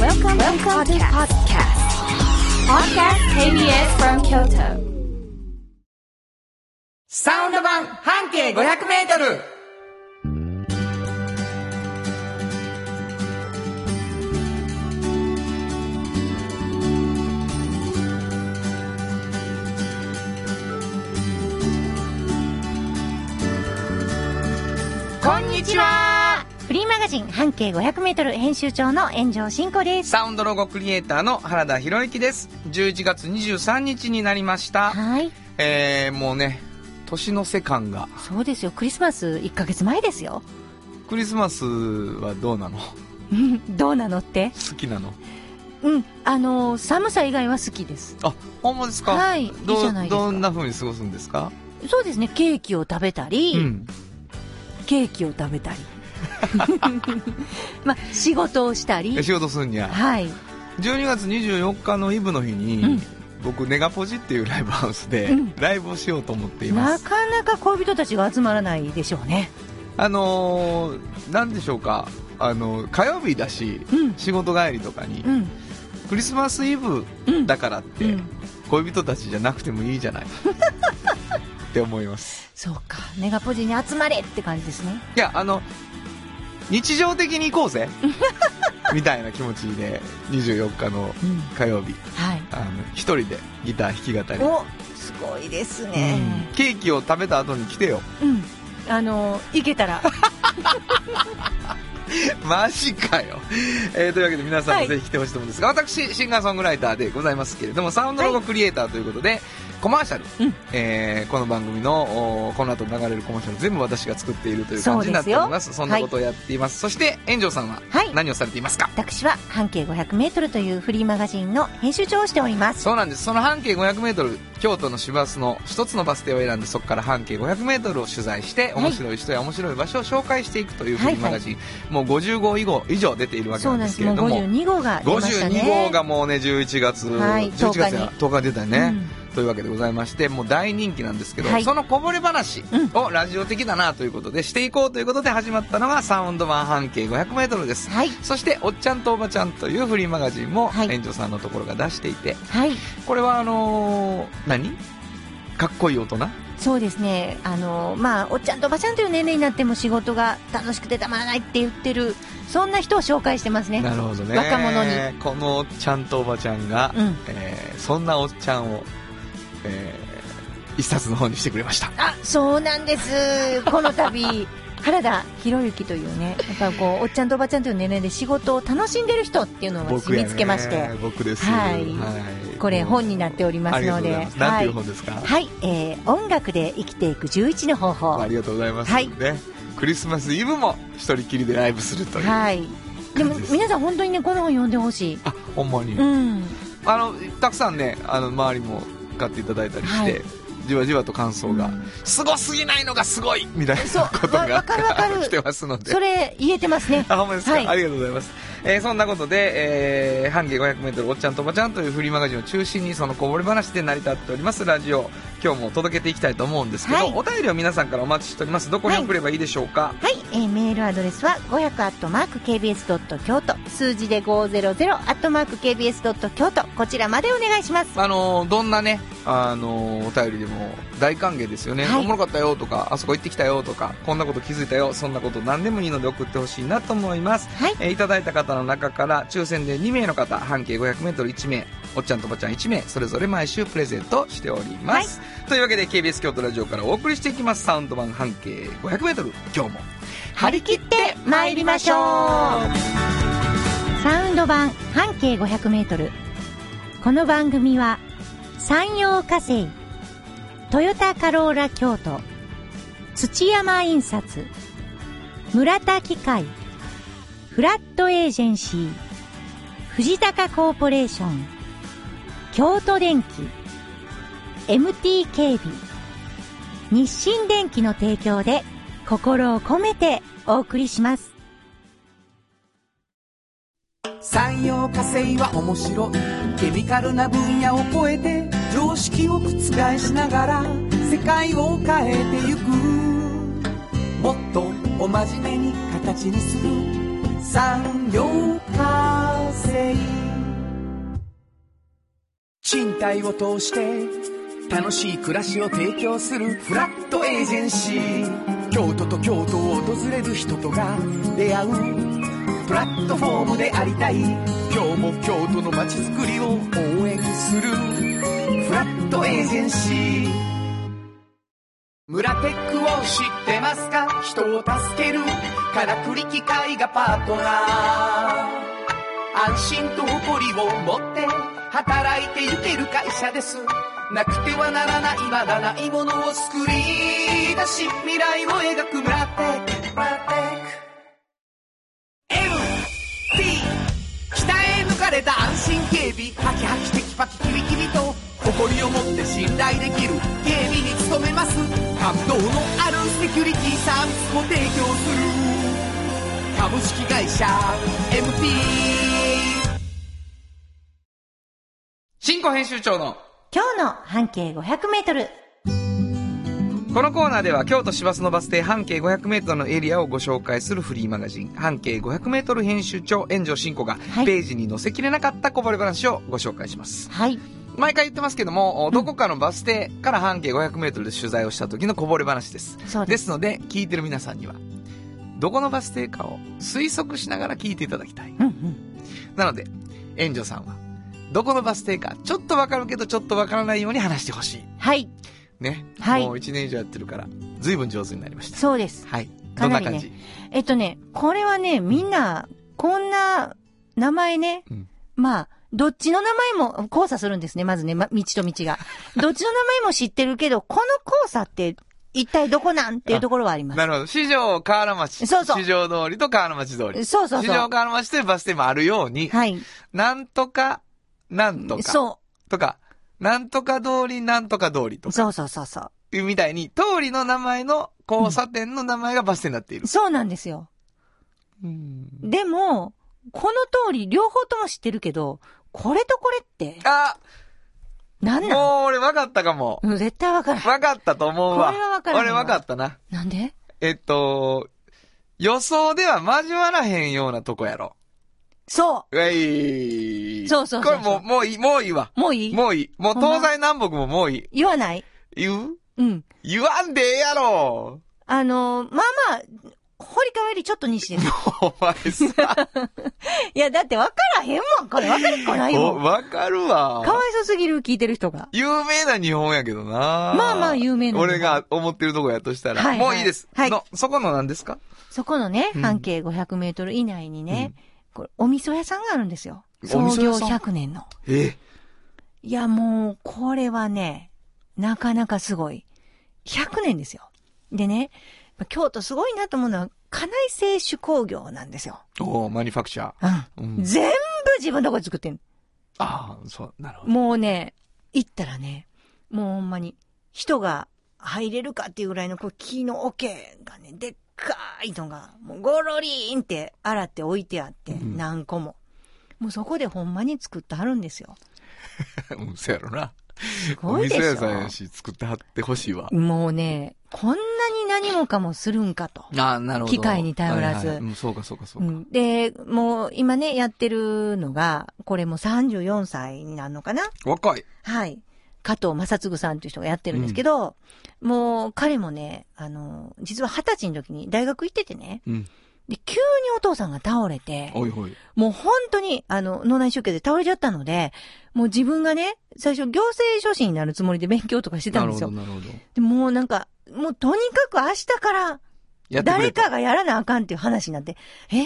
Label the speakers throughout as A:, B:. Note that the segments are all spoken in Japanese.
A: Welcome, to the podcast. Podcast KBS from Kyoto.
B: サウンド版半径500メートルこんにちは
C: フリーマガジン半径500メートル編集長の炎上真子です。
B: サウンドロゴクリエイターの原田博之です。11月23日になりました。
C: はい。
B: えー、もうね、年の瀬感が。
C: そうですよ。クリスマス1ヶ月前ですよ。
B: クリスマスはどうなの
C: うんどうなのって
B: 好きなの
C: うん。あのー、寒さ以外は好きです。
B: あ、ほんまですか
C: はい。いい
B: ど
C: じゃないです
B: どんな
C: か。
B: 風に過ごすんですか
C: そうですね。ケーキを食べたり、
B: うん。
C: ケーキを食べたり。 まあ、仕事をしたり
B: え。仕事すんにゃ。
C: はい。
B: 12月24日のイブの日に、
C: うん
B: 僕、ネガポジっていうライブハウスで、
C: うん
B: ライブをしようと思っていま
C: な
B: す。
C: かなか恋人たちが集まらないでしょうね。
B: あのー、なんでしょうか。あの、火曜日だし、
C: うん。
B: 仕事帰りとかに、
C: うん。
B: クリスマスイブ
C: うん。
B: だからって、
C: うん。
B: 恋人たちじゃなくてもいいじ ゃないって思います
C: そうか。ネガポジに集まれって感じですね。
B: いやあの日常的に行こ うぜみたいな気持ちで24日の
C: うん。
B: 火曜日
C: はい。
B: あの一人でギター弾き語り、
C: おすごいですね、
B: うんケーキを食べた後に来てよ
C: うんあのいけ たら
B: マジかよ、えーというわけで皆さん
C: は
B: も
C: い
B: ぜひ来てほしいと思うんですが、私シンガーソングライターでございますけれどもサウンドロゴクリエイターということで、コマーシャル、
C: うん
B: えーこの番組のおーこの後流れるコマーシャル全部私が作っているという感じになっておりますそ
C: そうですよ
B: んなことをやっています、そして炎上さんは
C: はい
B: 何をされていますか、
C: 私は半径 500m というフリーマガジンの編集長をしております
B: そうなんですその半径 500m 京都の市バスの一つのバス停を選んでそこから半径 500m を取材して
C: はい
B: 面白い人や面白い場所を紹介していくというフ
C: は
B: リ
C: い
B: ーマガジン、もう50号以上以上出ているわけ
C: そ
B: な
C: うんなんで
B: で
C: すす
B: けれ
C: もう
B: ども
C: 52号が出ましたね
B: 52号がもうね11月、
C: はい
B: 11月や10日に出たよね、
C: うん
B: というわけでございましてもう大人気なんですけど、
C: はい
B: そのこぼれ話をラジオ的だなということでしていこうということで始まったのがサウンド版半径 500m です
C: はい
B: そして「おっちゃんとおばちゃん」というフリーマガジンも
C: はい
B: 園長さんのところが出していて
C: はい
B: これはあのー何かっこいい大人
C: そうですねあのまあおっちゃんとおばちゃんという年齢になっても仕事が楽しくてたまらないって言ってるそんな人を紹介してますね
B: なるほどね
C: 若者に
B: このおっちゃんとおばちゃんが、
C: うん
B: えーそんなおっちゃんを、えー一冊の方にしてくれました
C: あそうなんです この度原田博之というねやっぱこうおっちゃんとおばちゃんという年齢で仕事を楽しんでる人っていうのを私
B: 僕や
C: 見
B: ね
C: つけまして
B: 僕です
C: はいこれ本になっておりますので
B: ありがとうございますなんていう本ですか、
C: はい、えー、音楽で生きていく11の方法。
B: あ
C: は
B: りがとうございます、
C: はい
B: ねクリスマスイブも一人きりでライブするという、
C: い。で も皆さん本当にねこの本読んでほしい。
B: あほんまに、
C: うん。
B: あのたくさんねあの周りも買っていただいたりし
C: は
B: て、
C: い
B: じわじわと感想が、
C: うん
B: すごすぎないのがすごいみたい
C: そう
B: なことが
C: わわかるわかる
B: 来てますので
C: それ言えてます ね。
B: あ、ほんまですか、
C: はい
B: ありがとうございます。えーそんなことで、えー半径 500m おっちゃんとおばちゃんというフリーマガジンを中心に、そのこぼれ話で成り立っております、ラジオ。今日も届けていきたいと思うんですけど、
C: はい
B: お便りを皆さんからお待ちしております。どこに送ればいいでしょうか、
C: はい、えー、メールアドレスは5 0 0 k b s k y o t o 数字で5 0 0 k b s k y o t o こちらまでお願いします。
B: あのーどんなね、あのーお便りでも大歓迎ですよね、
C: はい
B: おもろかったよとか、あそこ行ってきたよとか、こんなこと気づいたよ、そんなこと何でもいいので送ってほしいなと思います。
C: はい、
B: えーいただいた方の中から抽選で2名の方半径 500m1 名おっちゃんとおばちゃん1名それぞれ毎週プレゼントしております、というわけで KBS 京都ラジオからお送りしていきますサウンド版半径 500m 今日も
C: 張り切って参りましょう。サウンド版半径500メートル。この番組は山陽火星、トヨタカローラ京都、土山印刷、村田機械、フラットエージェンシー、藤高コーポレーション、京都電機、MT 警備、日清電機の提供で心を込めてお送りします。
D: 産業化成は面白いケミカルな分野を超えて常識を覆しながら世界を変えてゆくもっとおまじめに形にする産業化成体を通して楽しい暮らしを提供するフラットエージェンシー京都と京都を訪れる人とが出会うプラットフォームでありたい今日も京都の街づくりを応援するフラットエージェンシー村テックを知ってますか人を助けるからくり機械がパートナー安心と誇りを持って働いてゆける会社ですなくてはならないまだないものを作り出し未来を描く村テック村テック MT 鍛え抜かれた安心警備ハキハキテキパキキビキビと誇りを持って信頼できる警備に努めます感動のあるセキュリティサービスを提供する株式会社 MT
B: 新庫編集長の
C: 今日の半径500メートル。
B: このコーナーでは京都市バスのバス停半径 500m のエリアをご紹介するフリーマガジン半径 500m 編集長炎上進子が
C: はい
B: ページに載せきれなかったこぼれ話をご紹介します。
C: はい。
B: 毎回言ってますけども、どこかのバス停から半径 500m で取材をした時のこぼれ話です。
C: そう
B: で
C: です
B: ので、聞いてる皆さんには、どこのバス停かを推測しながら聞いていただきたい。
C: うんうん。
B: なので、炎上さんは、どこのバス停か、ちょっとわかるけどちょっとわからないように話してほしい。
C: はい。
B: ね。
C: はい
B: もう1年以上やってるから、随分上手になりました。
C: そうです。
B: はい。ど
C: か
B: ん
C: な
B: な
C: りね
B: 感じ、
C: えっとね、これはね、みんな、こんな名前ね、
B: うん
C: まあ、どっちの名前も交差するんですね、まずね、ま、道と道 が。どっちの名前も知ってるけど、この交差って一体どこなんっていうところはあります。
B: なるほど。市場河原町。
C: そうそう
B: 市場通りと河原町通り。
C: そうそう
B: 市
C: そ
B: 場
C: う。
B: 河原町というバス停もあるように、
C: はい。
B: なんとか、なんとか。
C: そ
B: とか、なんとか通り、なんとか通りと
C: う。
B: か。
C: そうそうそうそう。
B: いうみたいに、通りの名前の交差点の名前がバス停になっている。
C: そうなんですよ。
B: うん
C: でも、この通り両方とも知ってるけど、これとこれって、
B: あ、
C: なんな
B: もう俺分かったかも。
C: のうん絶対わからん。
B: 分かったと思うわ。
C: これは分からない
B: 俺
C: わ
B: 分かったな。
C: なんで
B: えっと、予想では交わらへんようなとこやろ。
C: そう
B: えい。
C: そうそうそうそう
B: これもう、もういい、もういいわ。
C: うもういい
B: もういい。もう
C: ほんま
B: 東西南北ももういい。
C: 言わない
B: 言う
C: うん。
B: 言わんでええやろ
C: あのーまあまあ、堀川よりちょっと西 です。
B: お前 さ、
C: いや、だって分からへんもん。これ分かるっこない も
B: お
C: ん。
B: わかる
C: かわ
B: わ。
C: いそうすぎる、聞いてる人が。
B: 有名な日本やけどな。
C: まあまあ有名な日本
B: 俺が思ってるとこやとしたら。
C: はいはい
B: もういいです。
C: はい
B: の、そこの何ですか
C: そこのね、
B: うん
C: 半径500メートル以内にね、これ、お味噌屋さんがあるんですよ。
B: お
C: 創
B: 味噌
C: 業
B: 屋さん
C: 100年の。
B: え
C: いや、もう、これはね、なかなかすごい。100年ですよ。でね、まあ京都すごいなと思うのは、家内製手工業なんですよ。
B: え。おーマニファクチャー。
C: う。
B: うんん。
C: 全部自分のとこで作ってんの
B: ああ、そう、なるほど。
C: もうね、行ったらね、もうほんまに、人が入れるかっていうぐらいの、こう、木の桶がね、でっかいのが、もう、ゴロリーンって洗って置いてあって、
B: うん
C: 何個も。もうそこでほんまに作ってはるんですよ。
B: うん、そうやろな。
C: す
B: お
C: ごいで
B: 店屋さんや
C: し
B: し、作ってはってほしいわ
C: ょ。。もうね、こんなに何もかもするんかと。
B: ああ、なるほど。
C: 機械に頼らず
B: はいはいうんそうか、そうか、そう
C: う
B: か。
C: んで、もう今ね、やってるのが、これもう34歳になるのかな
B: 若い。
C: はい。加藤正嗣さんという人がやってるんですけど、もう彼もね、あの、実は二十歳の時に大学行っててね、
B: うん。
C: で、急にお父さんが倒れて、
B: おいおい。
C: もう本当に、あの、脳内出血で倒れちゃったので、もう自分がね、最初行政書士になるつもりで勉強とかしてた
B: なんる
C: で
B: ほ
C: す
B: ど、
C: よ。
B: なるほど。
C: でもうなんか、もうとにかく明日から
B: やってくれ
C: 誰
B: と
C: かがやらなあかんっていう話になって、えー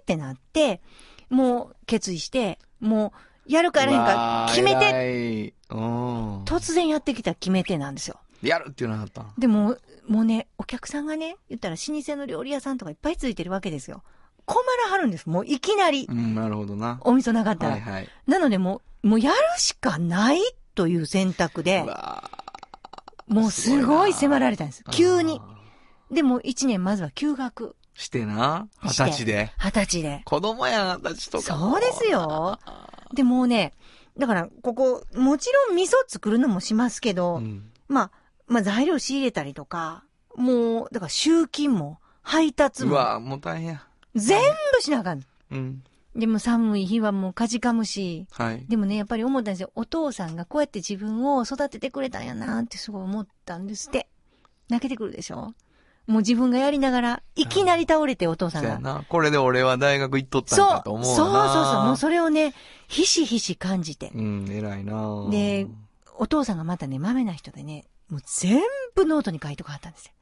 C: ってなって、もう決意して、もうやるかやらへんか決めて、
B: て。うん。
C: 突然やってきた決め手なんですよ。
B: やるっていうのはあったん
C: でも、もうね、お客さんがね、言ったら老舗の料理屋さんとかいっぱいついてるわけですよ。困らはるんです。もういきなり
B: う、ん、なるほどな。
C: お味噌なかったら。
B: はいはい。
C: なのでもう、もうやるしかないという選択で
B: う、わ
C: もうすごい迫られたんです。
B: ー
C: 急に。。
B: あ
C: でも一年まずは休学。
B: ーしてな。二
C: して
B: 十歳で。
C: 二十歳で。
B: 子供やん、二十歳とか。
C: そうです。よ。でもうね、だから、ここ、もちろん味噌作るのもしますけど、
B: うん。
C: まあ、まあ材料仕入れたりとか、もう、だから集金も、配達
B: う
C: も、
B: わーもう大変や。
C: 全部しなあかん。
B: うん。
C: でも寒い日はもうかじかむし、
B: はい。
C: でもね、やっぱり思ったんですよ。お父さんがこうやって自分を育ててくれたんやなってすごい思ったんですって。泣けてくるでしょもう自分がやりながら、いきなり倒れてお父さ
B: そ
C: ん
B: うや
C: が。
B: な。これで俺は大学行っとったん
C: そう
B: だ、と
C: そ
B: 思
C: う
B: う
C: そう
B: な。
C: そう。もうそれをね、ひしひし感じて。
B: うん、偉いな
C: でお父さんがまたね、豆な人でね、もう全部ノートに書いてこはったんですよ。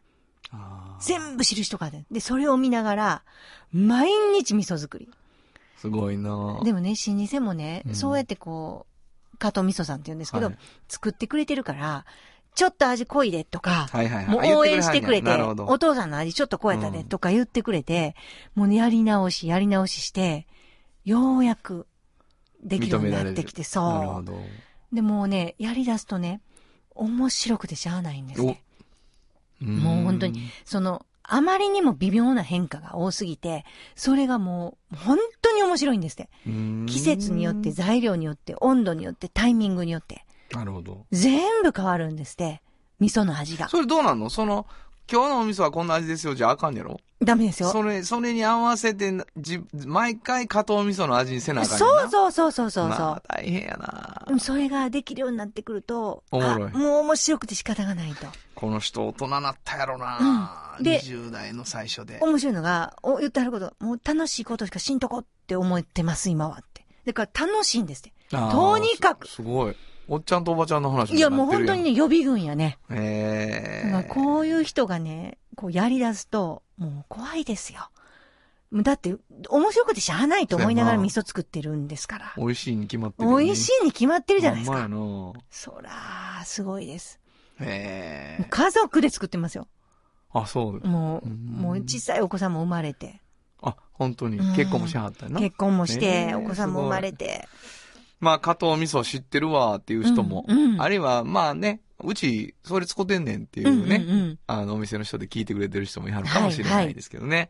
B: あー
C: 全部印とかで。で、それを見ながら、毎日味噌作り。
B: すごいな
C: でもね、新店もね、
B: うん
C: そうやってこう、加藤味噌さんって言うんですけど、
B: はい
C: 作ってくれてるから、ちょっと味濃いでとか、
B: はいはいはい。
C: もう
B: あ言っ
C: 応援してくれて、
B: はんねやなるほど。
C: お父さんの味ちょっとこうやったで
B: うん
C: とか言ってくれて、もうね、やり直し、やり直しして、ようやく、できるようになってきて、
B: なるほ
C: そ
B: ど。
C: う。で、もうね、やり出すとね、面白くてしゃあないんですね。もう本当にその、あまりにも微妙な変化が多すぎて、それがもう、本当に面白いんですって。
B: うん
C: 季節によって、。材料によって、温度によって、タイミングによって、
B: なるほど。
C: 全部変わるんですって。味噌の味が。
B: それどうなんのその、今日のお味噌はこんな味ですよ、じゃああかんやろ
C: ダメですよ。
B: それ、それに合わせてな、じ、毎回加藤味噌の味にせなあかんや
C: そ
B: な
C: うそうそうそうそう
B: ま
C: そ
B: あ、大変やな
C: う。それができるようになってくると、
B: おもろい
C: あもう面白くて仕方がないと。
B: この人大人なったやろな、
C: うんで
B: 20代の最初で。
C: 面白いのが、お言ってはること、もう楽しいことしかしんとこって思ってます、今はって。だから楽しいんですって。
B: あー
C: とにかく
B: すすごい。おっちゃんとおばちゃんの話
C: いや、もう本当に
B: ね。
C: ね、予備軍やね。
B: え
C: だから
B: ー。
C: こういう人がね、こうやり出すと、もう怖いですよ。もうだって、面白くてしゃあないと思いながら
B: そうや
C: 味
B: な
C: 噌作ってるんですから。
B: 美味しいに決まってるよね、
C: 美味しいに決まってるじゃないです
B: ほ
C: か。
B: んま
C: そらー、すごいです。
B: やなえ
C: もう家族で作ってますよ。
B: ー。あ、そう。
C: もう、
B: うん
C: もう小さいお子さんも生まれて、
B: あ、本当に
C: うん。
B: 結婚もしはったよな。
C: 結婚もして、
B: えー
C: お子さんも生まれて。
B: まあ、加藤味噌知ってるわーっていう人も。
C: うんうん
B: あるいは、まあね、うち、それ使ってんねんっていうね。
C: うんうん
B: あの、お店の人で聞いてくれてる人もいはるかもしれないですけどね。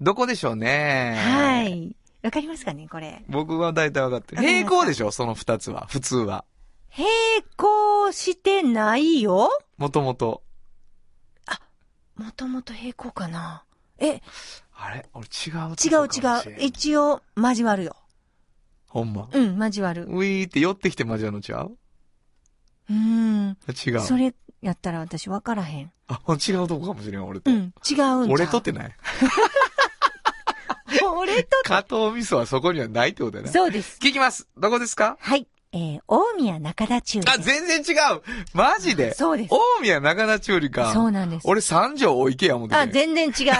B: どこでしょう
C: う
B: ね
C: ん。。はい。わかりますかね、これ。
B: 僕は大体分かって
C: わ
B: る。
C: かりました
B: 平行でしょその二つは。普通は。
C: 並行してないよ
B: もともと。
C: もともと並行かな。え、
B: あれ俺違うと
C: 違う
B: こかもしれん。
C: 違う。一応、交わるよ。
B: ほんま。
C: うん、交わる。
B: ウィーって寄ってきて交わるのちゃう
C: うーん。
B: 違う。
C: それやったら私分からへん。
B: あ、ほん違うとこかもしれん、俺と。
C: うん、違うんちゃう。
B: 俺とっ。てない。
C: 俺と
B: 加藤味噌はそこにはないってこと
C: っ
B: だな
C: て。。そうです。
B: 聞きます。どこですか
C: はい。えー、大宮中田中。
B: あ、全然違うマジで
C: そうです。
B: 大宮中田中理か。
C: そうなんです。
B: 俺三条お池や思って
C: あ、
B: て。
C: 全 然違う。全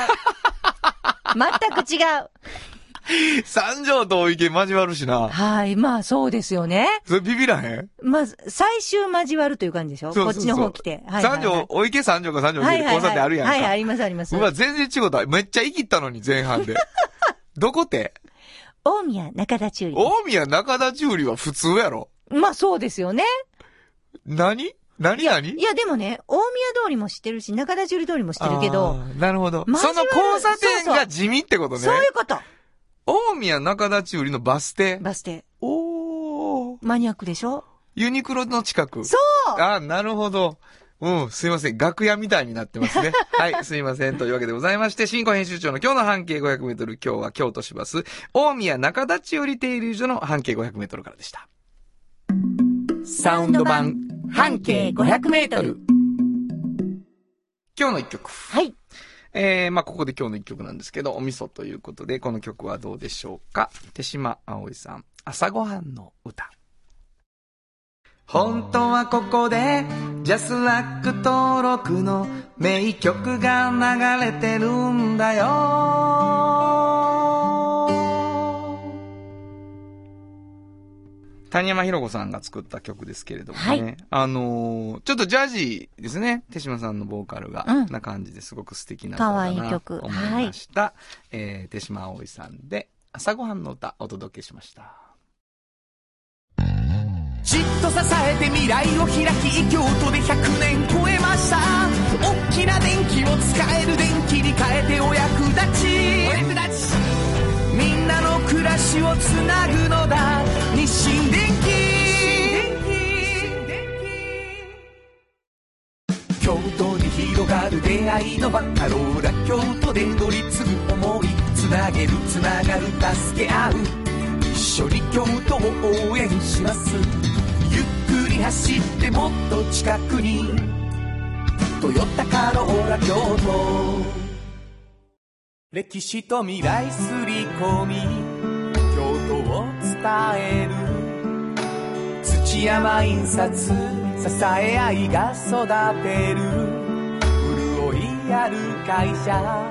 C: く違う。
B: 三条とお池交わるしな。
C: はい。まあ、そうですよね。
B: それビビらへん
C: まあ、最終交わるという感じでしょ
B: そう
C: こ
B: そう
C: っ
B: そう
C: ちの方来て。はいはいはい
B: 三条、お池三条か三条お
C: は
B: 池
C: い
B: で
C: はいはい
B: 交差点あるやん
C: はい、あ
B: か。
C: りますあります
B: う。わ、全然違うだ。めっちゃ生きったのに、前 半で。どこて
C: 大宮中田中。
B: 大宮中田中理は普通やろ。
C: まあ、そうですよね。
B: 何何何
C: いや、でもね、大宮通りも知ってるし、中田中通りも知ってるけど、
B: あー。なるほど。
C: 交わ
B: そ
C: る
B: の交差点
C: そうそ
B: が
C: う
B: 地味ってことね
C: そう。いうこと。
B: 大宮中田中理のバス停。
C: バス停。
B: おー。
C: マニアックでしょ
B: ユニクロの近く。
C: そう
B: あ、なるほど。うん、すいません。楽屋みたいになって ますね。はい、すいません。というわけでございまして、新語編集長の今日の半径500メートル、今日は京都市バス、大宮中田中理停留所の半径500メートルからでした。
E: サ
C: ウンド版半径500メートル
B: 今日の一曲。
C: はい。
B: えー、まあここで今日の一曲なんですけど、お味噌ということで、この曲はどうでしょうか。手島葵さん、朝ごはんの歌。本当はここで、ジャスラック登録の名曲が流れてるんだよ。谷山ひろ子さんが作った曲ですけれどもね。
C: はい
B: あのーちょっとジャジーですね。手島さんのボーカルが、
C: うん
B: な感じですごく素敵な
C: 可愛い曲
B: 思いました。えー手島葵さんで、朝ごはんの歌お届けしました。
E: じっと支えて未来を開き京都で100年超えました大きな電気を使える電気に変えてお役立ちお役立ちみんなの暮らしをつなぐのだ日清電気京都に広がる出会いの場カローラ京都で乗り継ぐ思いつななげるつながる助け合う一緒に京都を応援しますゆっくり走ってもっと近くに「トヨタカローラ京都」歴史と未来すり込み京都を伝える土山印刷支え合いが育てる潤いある会社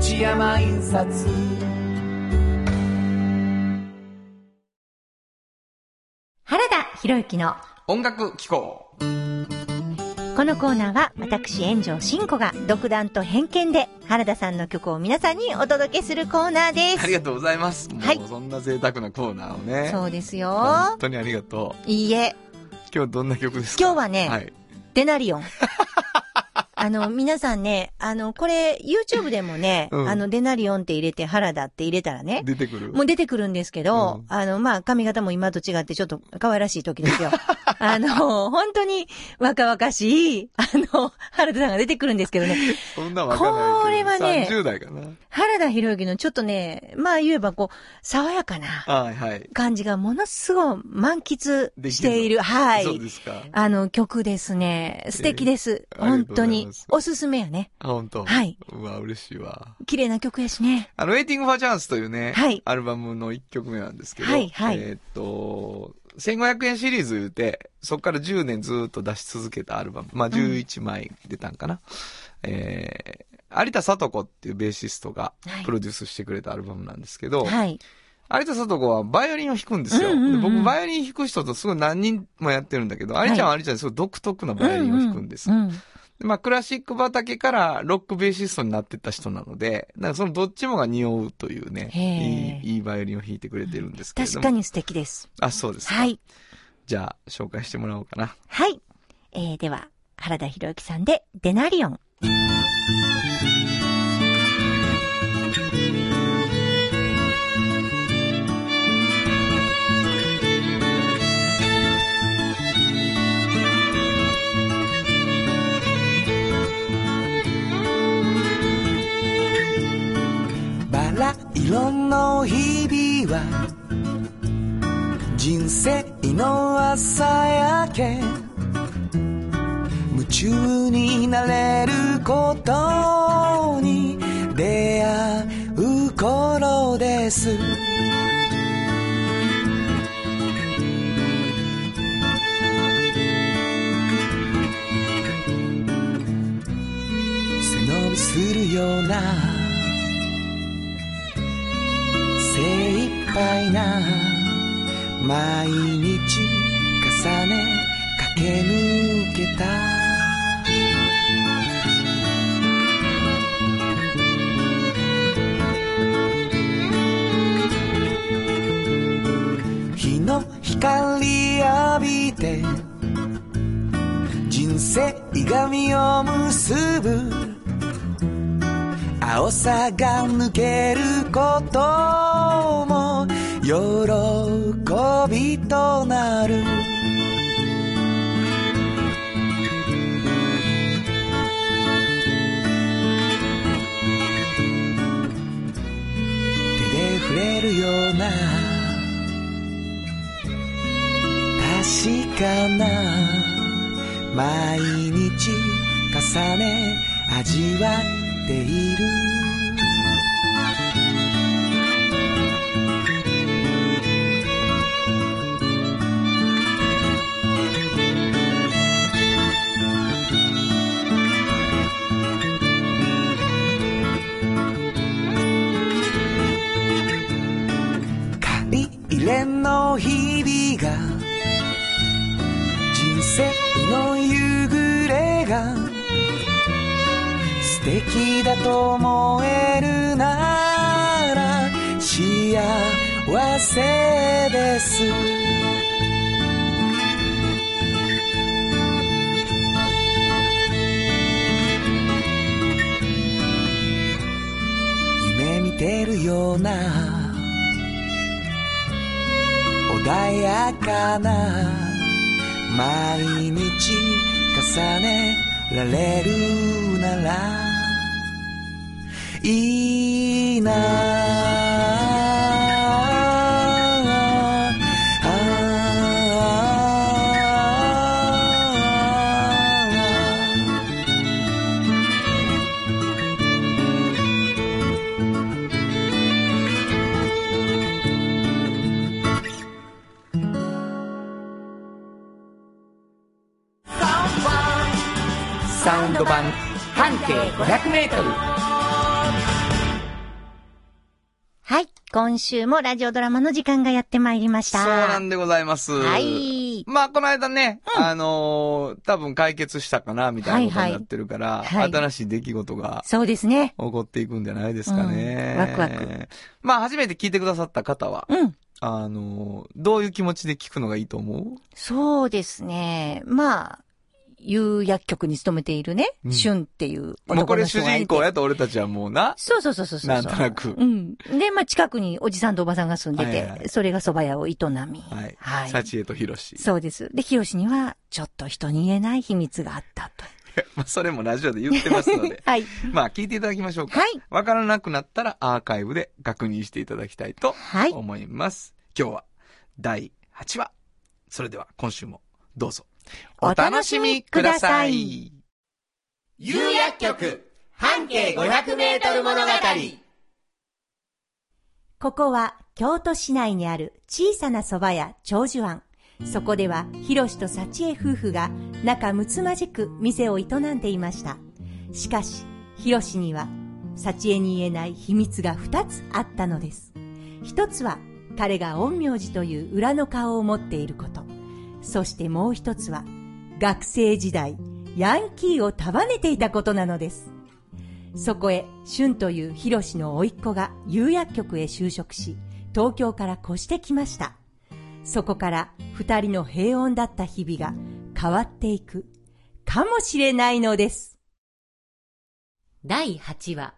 E: 土山印刷
C: 原田博之の
B: 音楽機構
C: このコーナーは私炎上真子が独断と偏見で原田さんの曲を皆さんにお届けするコーナーで
B: あ
C: す。
B: りがとうございます。も
C: はいう
B: そんな贅沢なコーナーをね。
C: そうです
B: 本
C: よ。
B: 当にありがと
C: いいえ、
B: う。今日どんな曲ですか
C: 今日はね、
B: はい。
C: デナリオン。 あの、皆さんね、あの、これ、YouTube でもね、
B: うん
C: あの、デナリオンって入れて、原田って入れたらね、
B: 出てくる
C: もう出てくるんですけど、
B: うん
C: あの、まあ、髪型も今と違ってちょっと可愛らしい時 ですよ。あの、本当に若々しい、あの、原田さんが出てくるんですけどね、
B: そんなんわかんないけど。
C: これはね
B: 30代かな。
C: 原田博之のちょっとね、まあ言えばこう、爽やかな
B: はいはい。
C: 感じがものすごい満喫している、は
B: そう
C: い。
B: ですか。
C: あの曲ですね。素敵です。
B: えーありが
C: 本
B: とうござ
C: 当
B: いま
C: に。
B: す
C: おすすめやね。
B: あ、本当。
C: はい。
B: うわ、嬉しいわ。
C: 綺麗な曲やしね。
B: あの、Waiting for Chance というね、
C: はい
B: アルバムの1曲目なんですけど、
C: はいはい
B: えーっと、1500円シリーズ言うて、そこから10年ずーっと出し続けたアルバム、まあ11枚出たんかな。えー、有田聡子っていうベーシストが
C: はい
B: プロデュースしてくれたアルバムなんですけど、
C: はい。
B: 有田聡子はバイオリンを弾くんですよ。
C: うんうんうん
B: で僕、バイオリン弾く人とすごい何人もやってるんだけど、有田ちゃんは有田ちゃんですごい独特なバイオリンを弾くんです。
C: うんうん
B: でまあ、クラシック畑からロックベーシストになってった人なので、なんかそのどっちもが匂うというね
C: へ、ー
B: いい、いいバイオリンを弾いてくれてるんですけれども。
C: 確か。に素敵です。
B: あ、そうですか。
C: はい。
B: じゃあ、紹介してもらおうかな。
C: はい。えー、では、原田博之さんで、デナリオン。
E: バラ色の日々は人生の朝焼け夢中になれることに出会う頃です背伸びするような精一杯な毎日重ね駆け抜けた日の光浴びて人生が実を結ぶ青さが抜けることも喜びとなる手で触れるような確かな毎日重ね味わっている借り入れの日々が人生の夕暮れが素敵だと思えるなら幸せです夢見てるような穏やかな毎日重ねられるなら
D: いいなあああサウンド版半径500メートル
C: はい。今週もラジオドラマの時間がやってまいりました。
B: そうなんでございます。
C: はい。
B: まあ、この間ね、あのー多分解決したかな、みたいなこと
F: はい
B: に
F: は
B: ないってるから、
F: はい
B: 新しい出来事が
F: そうですね。
B: 起こっていくんじゃないですかね。
F: うんワクワク。
B: まあ、初めて聞いてくださった方は、
F: うん。
B: あのーどういう気持ちで聞くのがいいと思う
F: そうですね。まあ、有薬局に勤めているね、
B: うん
F: シュンっていう
B: もうこ
F: 男の
B: れ
F: 人
B: 主
F: がいて
B: 人公やと俺たちはもうな、
F: そうそうそうそうそう。
B: なんとなく
F: うん。で、まあ、近くにおじさんとおばさんが住んでて、
B: はいはい
F: それが蕎麦屋を営み。
B: はい。
F: はい。
B: 幸恵とひろし。
F: そうです。で、ヒヨシには、ちょっと人に言えない秘密があったと。。
B: まあ、それもラジオで言ってますので
F: はい。
B: まあ、聞いていただきましょうか。
F: はい。
B: わからなくなったらアーカイブで確認していただきたいと
C: はい
B: 思います。今日は第8話。それでは今週もどうぞ
F: お楽しみください。
E: 有薬局半径500メートル物語
C: ここは京都市内にある小さな蕎麦屋長寿庵。そこでは、ひろしと幸江夫婦が仲睦まじく店を営んでいました。しかし、ひろしには、幸江に言えない秘密が二つあったのです。一つは、彼が陰陽師という裏の顔を持っていること。そしてもう一つは、学生時代、ヤンキーを束ねていたことなのです。そこへ、俊というヒロシの甥っ子が釉薬局へ就職し、東京から越してきました。そこから二人の平穏だった日々が変わっていく、かもしれないのです。
G: 第8話、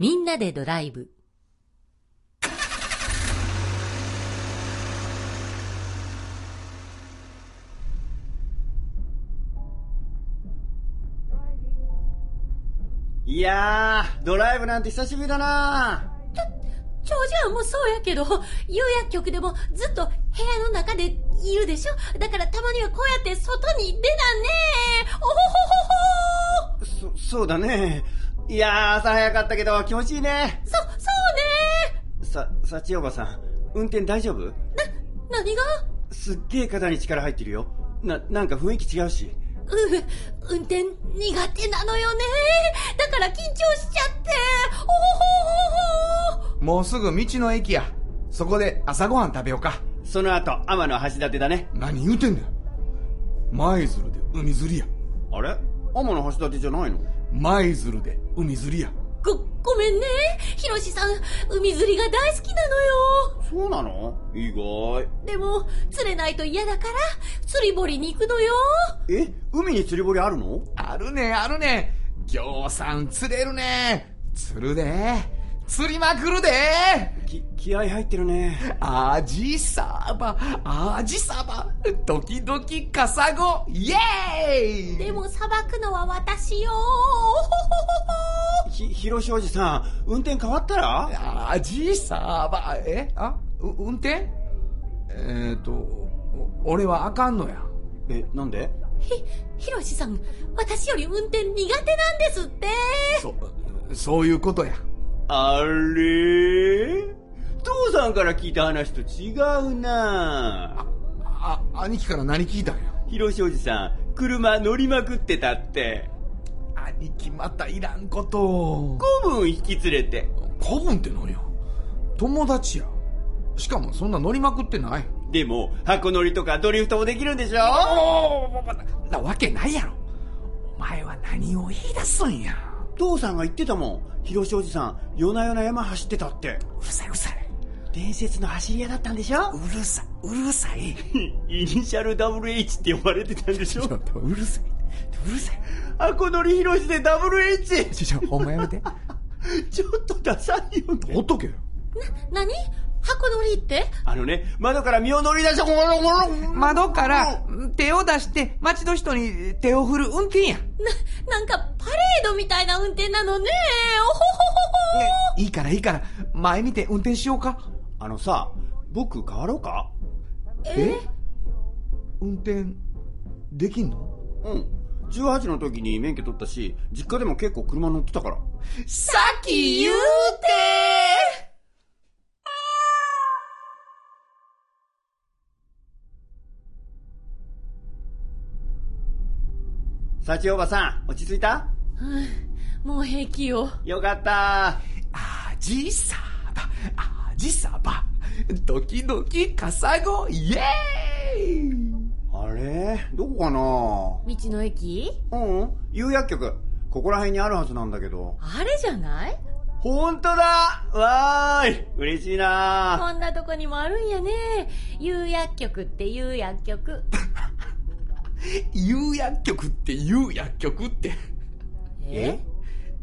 G: みんなでドライブ。
E: いやー、ドライブなんて久しぶりだな
G: 長寿庵もそうやけど、有薬局でもずっと部屋の中でいるでしょだからたまにはこうやって外に出なねおほほほほ
E: そ、そうだね。いやー、朝早かったけど気持ちいいね。
G: そ、そうね
E: さ、幸おばさん、運転大丈夫
G: 何が
E: すっげー肩に力入ってるよ。な、なんか雰囲気違うし。
G: う、運転苦手なのよねだから緊張しちゃっておほほほほ
B: もうすぐ道の駅や。そこで朝ごはん食べようか。
E: その後、天の橋立だね。
B: 何言うてんだよ。舞鶴で海釣りや。
E: あれ天の橋立じゃないの
B: 舞鶴で海釣りや。
G: ご、ごめんねひろしさん、海釣りが大好きなのよ
E: そうなの意外。
G: でも、釣れないと嫌だから、釣り堀に行くのよ。
E: え海に釣り堀あるの
B: あるね、あるね。ぎょうさん釣れるね。釣るで。釣りまくるで。
E: き、気合入ってるね。
B: アジサバ、アジサバ、ドキドキカサゴ、イエーイ
G: でも、捌くのは私よ。
E: ひ、広しおじさん、運転変わったら
B: アジサバ、えあう運転えっ、と、お俺はあかんのや。
E: え、なんで
G: ひ、ひろしさん、私より運転苦手なんですって。
B: そ、そういうことや。
E: あれ父さんから聞いた話と違うな
B: あ、兄貴から何聞いたんや。
E: 広しおじさん、車乗りまくってたって。
B: 兄貴またいらんことを。
E: 古文引き連れて。
B: 古文って何や友達や。しかもそんな乗りまくってない。
E: でも、箱乗りとかドリフトもできるんでしょ
B: なわけないやろ。お前は何を言い出すんや。
E: 父さんが言ってたもん。広しおじさん、夜な夜な山走ってたって。
B: うるさいうるさい。
E: 伝説の走り屋だったんでしょ
B: うるさい、うるさい。
E: イニシャル WH って呼ばれてたんでしょ
B: うるさい。うるさい。
E: 箱乗り広しで WH!
B: ちょ、ちょ、ほんまやめ て。
E: ちょっとダサいよね。
B: ほっとけよ。
G: 何箱乗りって
E: あのね、窓から身を乗り出して、ゴロゴロ
B: 窓から手を出して街の人に手を振る運転や。
G: な、
H: なんかパレードみたいな運転なのね。おほほほほ。
B: ねいいからいいから、前見て運転しようか。
E: あのさ、僕変わろうか
H: え
B: 運転、できんの
E: うん。18の時に免許取ったし、実家でも結構車乗ってたから。
H: さっき言うて
E: 幸おばさん、落ち着いた
H: もう平気よ。
E: よかった
B: あじさば、あじさば、ドキドキカサゴ、イエーイ
E: あれどこかな
H: 道の駅
E: うんうん、有薬局。ここら辺にあるはずなんだけど。
H: あれじゃない
E: ほんとだわーい嬉しいな
H: こんなとこにもあるんやね。有薬局って有薬局。
B: 有薬局って有薬局って、
E: え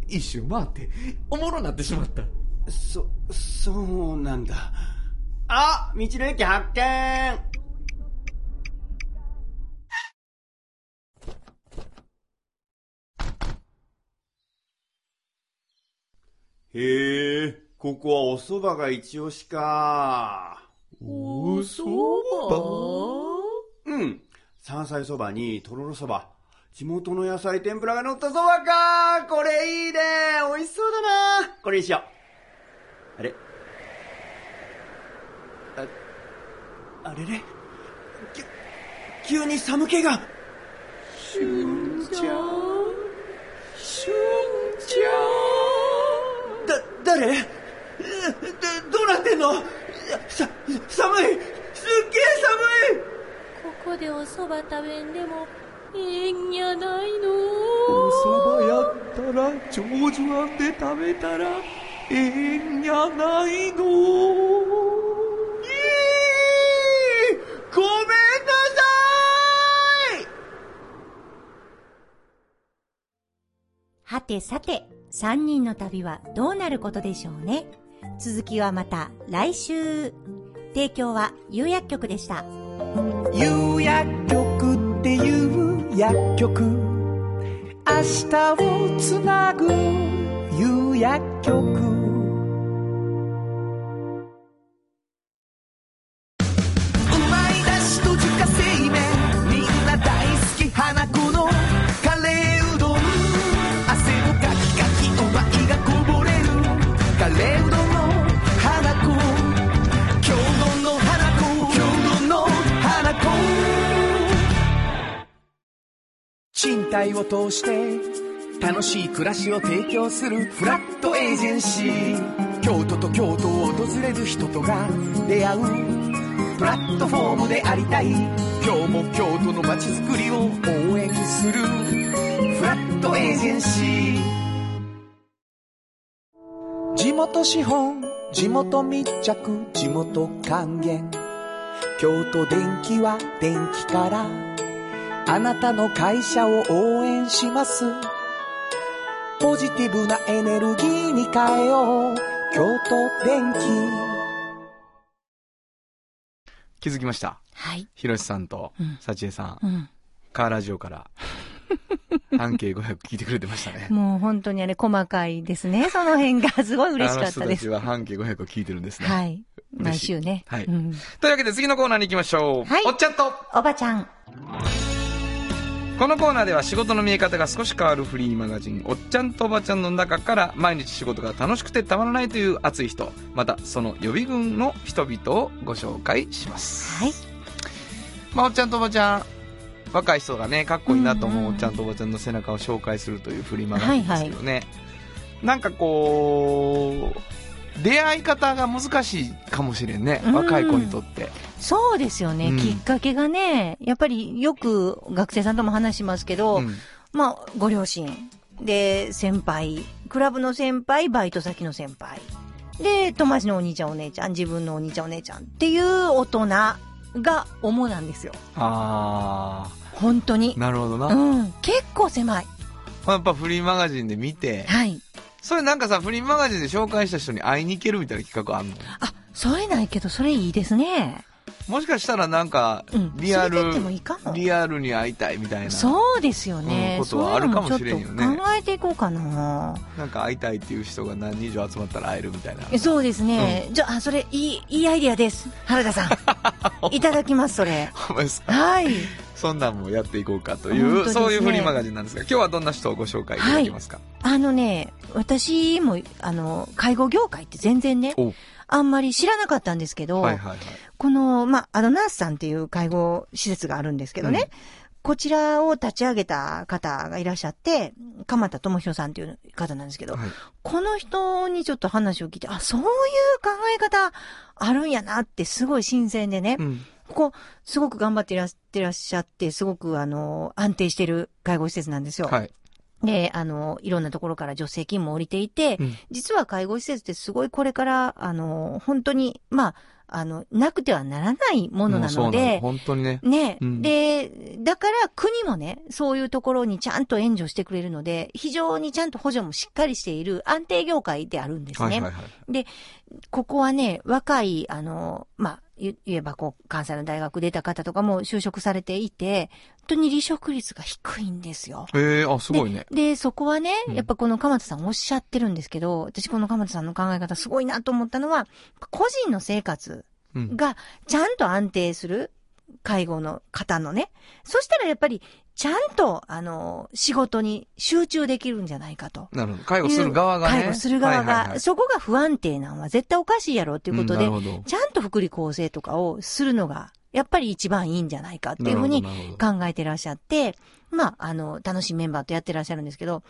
B: 一周回って、おもろなってしまった。
E: そ、そうなんだ。あ道の駅発見へえ、ここはお蕎麦が一押しか。
H: おそ
E: うん。山菜そばにとろろそば。地元の野菜天ぷらが乗ったそばかこれいいね美味しそうだなこれにしよう。あれあ、あれれきゅ急に寒気がだ、誰えど、どうなってんのさ、寒いすっげえ寒い
H: ばここでお蕎麦食べんでもええんやないの
B: おそばやったら、長寿庵で食べたら、ええんやないの
E: えーごめんなさい
I: はてさて、3人の旅はどうなることでしょうね。続きはまた来週。提供は有薬局でした。
B: 有薬局っていう薬局明日をつなぐ有薬局うまいだしと自家製麺みんな大好き花子のカレーうどん汗をかきかきお前がこぼれるカレーうどんの花子京都の花子京都の花子賃貸を通して楽しい暮らしを提供するフラットエージェンシー京都と京都を訪れる人とが出会うプラットフォームでありたい今日も京都の街づくりを応援するフラットエージェンシー地元資本地元密着地元還元京都電気は電気からあなたの会社を応援します。ポジティブなエネルギーに変えよう。京都電気。
J: 気づきました。
C: はい。
J: ひろしさんと
C: うん、
J: さちえさん、
C: うん。
J: カーラジオ から、半径500聞いてくれてましたね。
C: もう本当にあれ細かいです ね。その辺がすごい嬉しかった
J: あの人
C: で
J: たち
C: す。
J: は半径500を聞いてるんですね。
C: はい。毎
J: 嬉しい
C: 週ね。
J: はい
C: うん
J: というわけで次のコーナーに行きましょう。
C: はい
J: おっちゃんと
I: おばちゃん。
J: このコーナーでは仕事の見え方が少し変わるフリーマガジン「おっちゃんとおばちゃん」の中から毎日仕事が楽しくてたまらないという熱い人またその予備軍の人々をご紹介します、
I: はい。
J: まあ、おっちゃんとおばちゃん若い人がねかっこいいなと思ううおっちゃんとおばちゃんの背中を紹介するというフリーマガジンですけどね、なんかこう出会い方が難しいかもしれんね
C: うん
J: 若い子にとって
C: そうですよね、
J: うん
C: きっかけがね、やっぱりよく学生さんとも話しますけど、
J: うん
C: まあ、ご両親。で、先輩。クラブの先輩、バイト先の先輩。で、友達のお兄ちゃんお姉ちゃん、自分のお兄ちゃんお姉ちゃんっていう大人が主なんですよ。
J: ああ
C: 本当に。
J: なるほどな、
C: う
J: ま
C: ん。結構狭い。
J: あやっぱフリーマガジンで見て
C: はい。
J: それなんかさ、フリーマガジンで紹介した人に会いに行けるみたいな企画あんの
C: あ、それないけど、それいいですね。
B: もしかしたらなんか
F: うん、
B: リア
F: 連れ
B: ル
F: てってもいいかも、
B: リアルに会いたいみたいな。
F: そうですよね。
B: うんことはあるかもしれんよね
F: そういうのもちょっと考えていこうかな。
B: なんか会いたいっていう人が何人以上集まったら会えるみたいな。
F: えそうですね。じゃあ、それ、いい、いいアイディアです。原田さ ん。いただきます、それ。
B: ほんまですか
F: はい。
B: そんなんもやっていこうかとい
F: 本当
B: う、
F: ですね
B: そういうフリーマガジンなんですが、今日はどんな人をご紹介いただけますか、
F: あのね、私も、あの、介護業界って全然ね
B: お、
F: あんまり知らなかったんですけど、
B: はい、はいはい
F: この、まあ、あの、ナースさんっていう介護施設があるんですけどね、こちらを立ち上げた方がいらっしゃって、鎌田智弘さんっていう方なんですけど、
B: はい
F: この人にちょっと話を聞いて、あ、そういう考え方あるんやなってすごい新鮮でね、
B: うん
F: ここ、すごく頑張っていらってらっしゃって、すごくあの、安定してる介護施設なんですよ。
B: はい。
F: で、あの、いろんなところから助成金も降りていて、
B: うん
F: 実は介護施設ってすごいこれから、あの、本当に、まあ、あの、なくてはならないもの
B: も
F: な
B: うそう
F: の
B: なの。
F: で、
B: 本当にね。
F: ね、
B: うん
F: で、だから国もね、そういうところにちゃんと援助してくれるので、非常にちゃんと補助もしっかりしている安定業界であるんですね。
B: はいはいはい。
F: ここはね、若い、あの、まあ、言言えばこう、関西の大学出た方とかも就職されていて、本当に離職率が低いんですよ。
B: えー、あ、すごいね。
F: で、そこはね
B: う、ん
F: やっぱこの鎌田さんおっしゃってるんですけど、私この鎌田さんの考え方すごいなと思ったのは、個人の生活
B: うん。
F: がちゃんと安定する介護の方のね。そしたらやっぱり、ちゃんと、あの、仕事に集中できるんじゃないかと。
B: なるほど。介護する側がね。
F: 介護する側
B: はいはいは
F: が、
B: い
F: そこが不安定なのは絶対おかしいやろっていうことで
B: ん、なるほど。
F: ちゃんと福利厚生とかをするのが、やっぱり一番いいんじゃないかっていうふうに
B: なるほどなるほ
F: 考えてらっしゃって、まあ、あの、楽しいメンバーとやってらっしゃるんですけど、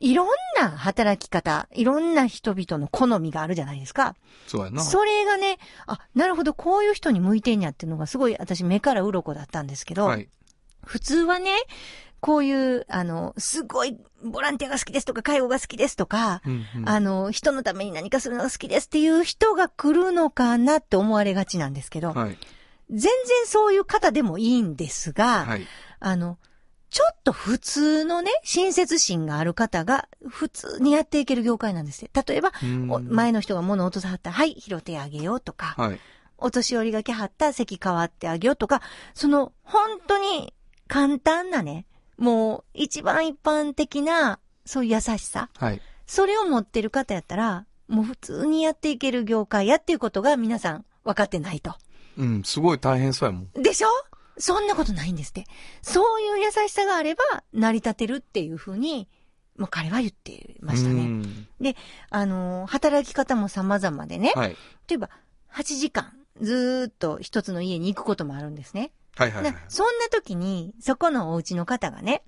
F: いろんな働き方、いろんな人々の好みがあるじゃないですか。
B: そうやな。
F: それがね、あ、なるほど、こういう人に向いてんやっていうのがすごい私目から鱗だったんですけど、
B: はい。
F: 普通はね、こういう、あの、すごいボランティアが好きですとか、介護が好きですとか、
B: うんうん
F: あの、人のために何かするのが好きですっていう人が来るのかなって思われがちなんですけど、
B: はい。
F: 全然そういう方でもいいんですが、
B: はい。
F: あの、ちょっと普通のね、親切心がある方が普通にやっていける業界なんですね。例えば、
B: うん
F: お前の人が物落とさはったら、はい、拾ってあげようとか、
B: はい。
F: お年寄りが来はったら席変わってあげようとか、その、本当に簡単なね、もう一番一般的な、そういう優しさ。
B: はい。
F: それを持ってる方やったら、もう普通にやっていける業界やっていうことが皆さん分かってないと。
B: うん、すごい大変そうやもん。
F: でしょそんなことないんですって。そういう優しさがあれば成り立てるっていうふうに、もう彼は言ってました
B: う
F: ね。
B: ん
F: あの、働き方も様々でね。
B: はい。
F: 例えば、8時間ずーっと一つの家に行くこともあるんですね。
B: はいはいはい。
F: なそんな時に、そこのお家の方がね、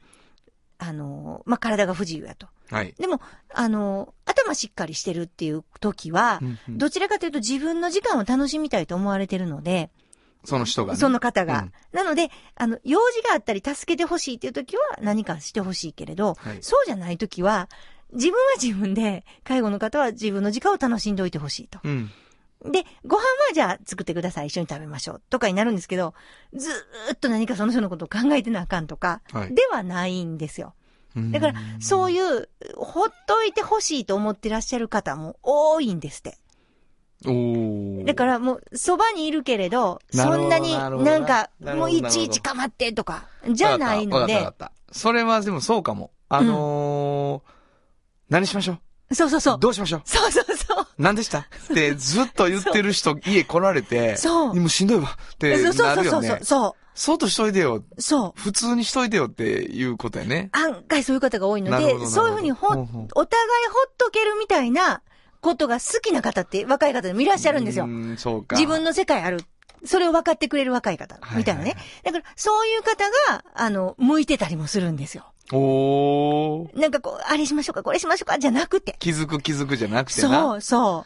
F: あの、まあ、体が不自由やと。
B: はい。
F: でも、あの、頭しっかりしてるっていう時は
B: う、んうん
F: どちらかというと自分の時間を楽しみたいと思われてるので、
B: その人がね。
F: その方
B: う
F: が。
B: ん
F: なので、あの、用事があったり助けてほしいっていう時は何かしてほしいけれど、
B: はい
F: そうじゃない時は、自分は自分で、介護の方は自分の時間を楽しんでおいてほしいと。
B: うん。
F: で、ご飯はじゃあ作ってください、一緒に食べましょうとかになるんですけど、ずーっと何かその人のことを考えてなあかんとか、
B: はい
F: ではないんですよ。
B: うん
F: だから、そういう、ほっといてほしいと思ってらっしゃる方も多いんですって。
B: おお。
F: だからもう、そばにいるけれど、
B: なるほ
F: そ
B: ど
F: んなに
B: なるほど
F: なんか、
B: なる
F: も
B: ほ
F: う
B: ど
F: いちいち構ってとか、じゃないの
B: わかった
F: で
B: わ、かった。それはでもそうかも。あのー、何しましょ
F: そうそうそうう。
B: どうしましょう
F: そうそうそう。
B: 何でしたってずっと言ってる人家来られて、
F: そう
B: もうしんどいわって
F: そうそ
B: な
F: う
B: る
F: そ
B: よ
F: うそ
B: ね
F: う。。そ
B: そうとしといてよ。
F: う。そう。
B: 普通にしといてよっていうことやね。
F: 案外そういう方が多いの
B: なるほどなる
F: で、
B: ほど
F: そういうふうにほ、
B: ほう
F: お互
B: ほ
F: いうほっとけるみたいなことが好きな方って若い方でもいらっしゃるんですよ
B: う。んそうか。
F: 自分の世界ある。それを分かってくれる若い方
B: はいはいはい、
F: みたいなね。だから、そういう方が、あの、向いてたりもするんですよ。
B: おー。
F: なんかこう、あれしましょうか、これしましょうか、じゃなくて。
B: 気づく気づくじゃなくて
F: そ
B: な。
F: う、そ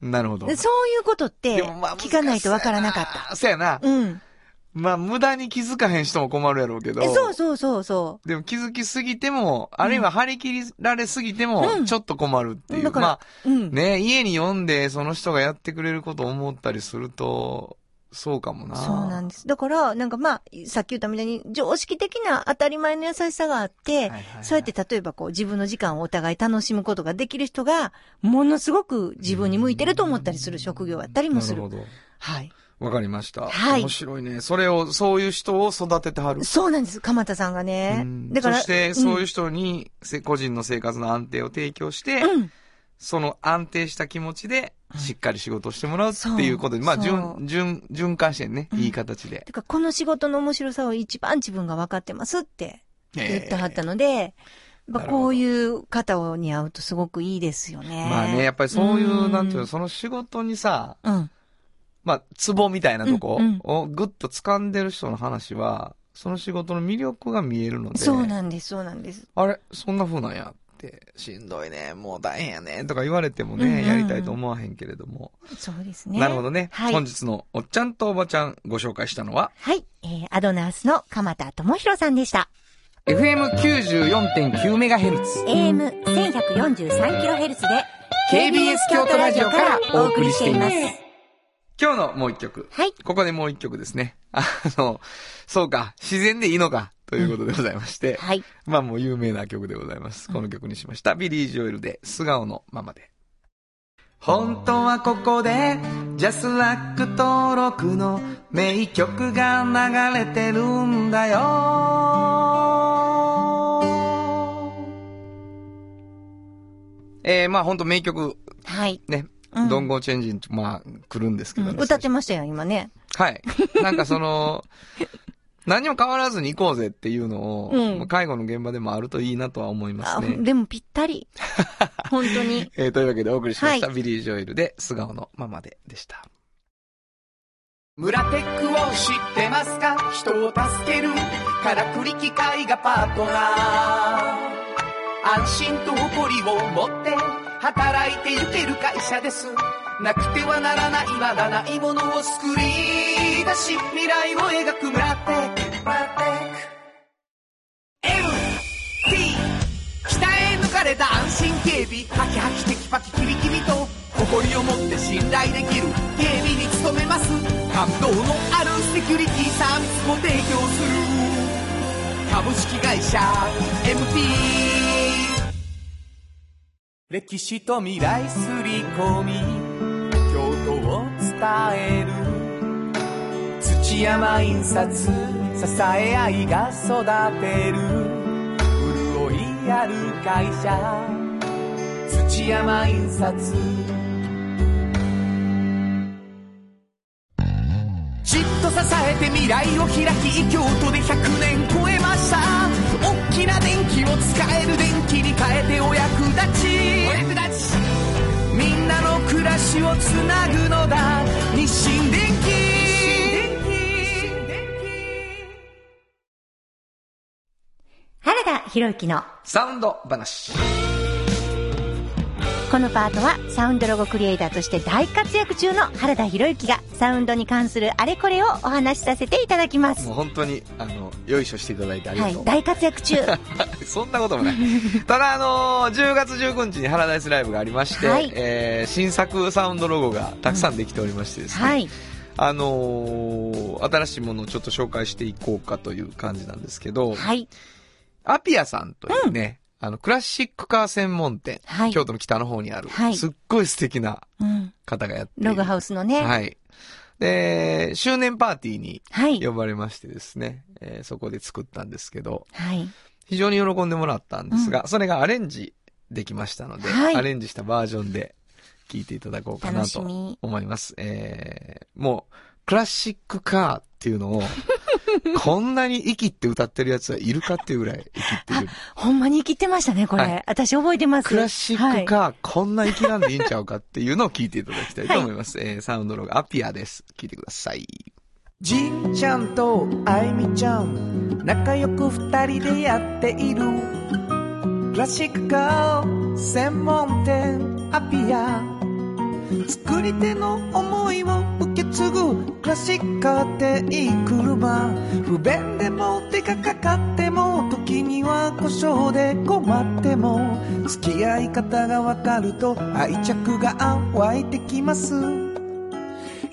B: なるほ
F: う。
B: ど。
F: でそういうことって、
B: でもまあ
F: 聞かないと分からなかった。。
B: そうやな。
F: うん。
B: まあ、無駄に気づかへん人も困るやろうけど。
F: えそうそうそうそ
B: でも気づきすぎても、あるいは張り切られすぎて
F: うん
B: も、ちょっと困るっていう。
F: だから
B: ま
F: う。う
B: あ、
F: ん。
B: ね、家に読んで、その人がやってくれることを思ったりすると、そうかもな。
F: そうなん
B: で
F: です。だから、なんかまあ、さっき言ったみたいに、常識的な当たり前の優しさがあって、
B: はいはいはい
F: そうやって例えばこう、自分の時間をお互い楽しむことができる人が、ものすごく自分に向いてると思ったりする職業だったりもす
B: な
F: る
B: るほ。ど。
F: はい。
B: わかりました。
F: はい
B: 面白いね。それを、そういう人を育ててはる。
F: そうなんです、鎌田さんがね
B: うん。
F: だから、
B: そして、そういうう人に、せ個人の生活の安定を提供して、
F: ん、うん
B: その安定した気持ちで、しっかり仕事をしてもらうっていうことで、
F: そう
B: まあ、
F: そ
B: 循、循、循環してね、
F: うん
B: いい形で。
F: てか、この仕事の面白さを一番自分が分かってますって言ってはったので、やっぱ
B: なるほど
F: こういう方に会うとすごくいいですよね。
B: まあね、やっぱりそういう、
F: うん
B: なんていうの、その仕事にさ、
F: うん。
B: まあ、ツボみたいなとこ
F: うんうん
B: をぐっと掴んでる人の話は、その仕事の魅力が見えるので、
F: そうなんです、そうなんです。
B: あれ、そんな風なんやって、しんどいね、もう大変やね、とか言われてもね、
F: うんうんうん
B: やりたいと思わへんけれども。
F: そうですね。
B: なるほどね、
F: はい
B: 本日のおっちゃんとおばちゃんご紹介したのは、
F: はい。えー、アドナースの鎌田智博さんでした。
B: FM94.9MHz。
C: AM1143kHz で。
B: KBS 京都ラジオからお送りしています今日のもう一曲。
F: はい。
B: ここでもう一曲ですね。 あの、そうか、自然でいいのか、ということでございまして。
F: はい。
B: まあもう有名な曲でございます。この曲にしました。ビリー・ジョエルで、素顔のままで。本当はここで、ジャスラック登録の名曲が流れてるんだよ。えー、まあ本当名曲、
F: はい。
B: ね、
F: うん
B: ドンゴーチェンジン、まあ来るんですけ
F: う
B: どね、
F: ん、歌ってましたよ、今ね。
B: はい。なんかその、 何も変わらずに行こうぜっていうのを、
F: うん
B: まあ介護の現場でもあるといいなとは思います
F: あ
B: ね。
F: でもぴったり。 本当に。
B: えーというわけでお送りしました、
F: は
B: ビリー・ジョエルで素顔のままででした。
D: ムラテックを知ってますか人を助けるからくり機械がパートナー安心と誇りを持って働いてゆける会社ですなくてはならないならないものを作り出し未来を描くムラテックムラテック MT 鍛え抜かれた安心警備ハキハキテキパキキビキビと誇りを持って信頼できる警備に努めます感動のあるセキュリティサービスも提供する株式会社 MT 歴史と未来すり込み京都を伝える土山印刷支え合いが育てる潤いある会社土山印刷じっと支えて未来を開き京都で100年超えました大きな電気を使える電気に変えてお役立ちお役立ちみんなの暮らしをつなぐのだ日清電気
C: 原田博之の
B: サウンド話。
C: このパートはサウンドロゴクリエイターとして大活躍中の原田博之がサウンドに関するあれこれをお話しさせていただきます
B: もう。本当に、あの、よいしょしていただいてありが
C: は
B: と。、
C: いう大活躍中。
B: そんなこともない。ただ、あのー10月19日にハラダイスライブがありまして、
C: はい
B: えー新作サウンドロゴがたくさんできておりましてですね、
C: はい。
B: あのー新しいものをちょっと紹介していこうかという感じなんですけど、
C: はい。
B: アピアさんというね、あの、クラシックカー専門店、
F: はい
B: 京都の北の方にある、
F: はい
B: すっごい素敵な
F: うん。
B: 方がやっている
F: ログハウスのね。はい。
B: はい。で、周年パーティーに呼ばれましてですね、えーそこで作ったんですけど、
F: はい。
B: 非常に喜んでもらったんですが、それがアレンジできましたので、
F: はい
B: アレンジしたバージョンで聞いていただこうかな
F: 楽し
B: と
F: み。
B: 思います。えー、もう、クラシックカーっていうの を、こんなに生きって歌ってるやつはいるかっていうぐらい生きってる。
F: ほんまに生きてましたね、これ。
B: はい
F: 私覚えてます。
B: クラシックカー、こんな生きなんでいいんちゃうかっていうのを聞いていただきたいと思います。えー、サウンドログアピアです。聞いてください。
D: じいちゃんとあいみちゃん仲良く二人でやっているクラシックカー専門店アピア作り手の思いを受け継ぐクラシックカーっていい車不便でも手がかかっても時には故障で困っても付き合い方がわかると愛着が湧いてきます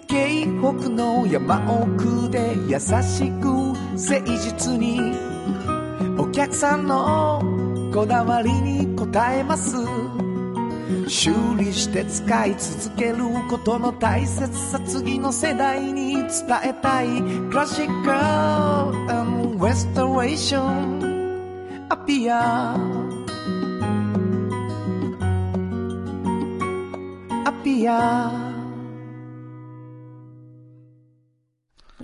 D: 京北の山奥で優しく誠実にお客さんのこだわりに応えます修理して使い続けることの大切さ次の世代に伝えたいクラシック and restoration アピアアピア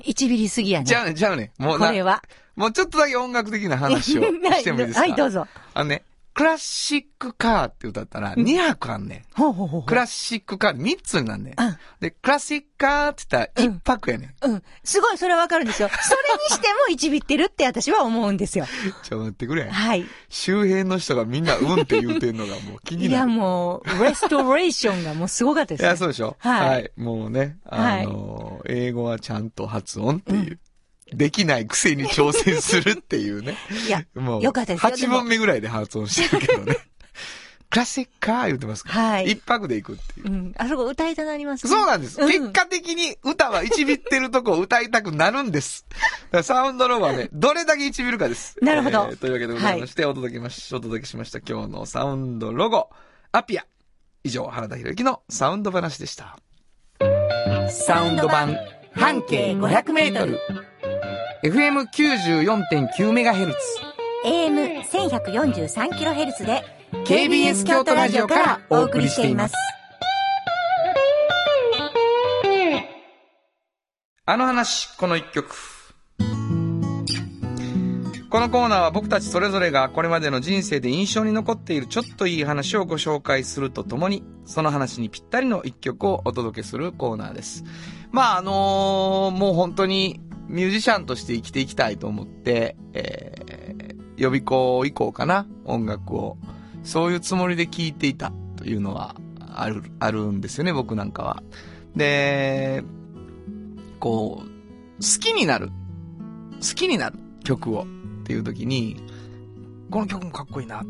F: 一ビリすぎやね。
B: じゃうね、じゃうね。もう
F: こ
B: な
F: れは。
B: もうちょっとだけ音楽的な話 をしてもいいですか
F: はい、どう。ぞ。
B: あのね、クラシックカーって歌ったら2拍あんねん。
F: ほうほうほうほう。
B: クラシックカー3つになんねん
F: うん。
B: で、クラシックカーって言ったら1拍やねん。
F: うん。すごい、それはわかるんですよ。それにしても一ビってるって私は思うんですよ。
B: ちょ、待ってくれ。
F: はい。
B: 周辺の人がみんなうんって言うてんのがもう気に
F: い
B: な
F: や、
B: る。
F: もう、レストレーションがもうすごかったで
B: い
F: すね。
B: や、そうでしょ
F: はい
B: もうね、あのー、英語はちゃんと発音っていう。できないくせに挑戦するっていうね。
F: いや、
B: もう、
F: よかったですよ
B: 8問目ぐらいで発音してるけどね。 クラシックカー言ってますから。
F: はい
B: 一泊で行くっていう
F: う。ん。あそこ歌いたなりますね
B: そうなんです。
F: うん
B: 結果的に歌は一ビってるとこを歌いたくなるん です。だからサウンドローはね、どれだけ一ビるかです。
F: なるほど
B: というわけでございまして、お届けまし、お届けしました今日のサウンドロゴ、アピア。以上、原田博之のサウンド話でした。
D: サウンド版半径500メートル
B: FM94.9MHz。
C: AM1143kHz で
D: KBS 京都ラジオからお送りしています。
B: あの話、この一曲。このコーナーは僕たちそれぞれがこれまでの人生で印象に残っているちょっといい話をご紹介するとともに、その話にぴったりの一曲をお届けするコーナーです。まああのーもう本当にミュージシャンとして生きていきたいと思って、えー予備校以降かな、音楽を。そういうつもりで聴いていたというのはある、あるんですよね、僕なんかは。で、こう、好きになる。好きになる曲をっていう時に、この曲もかっこいいな。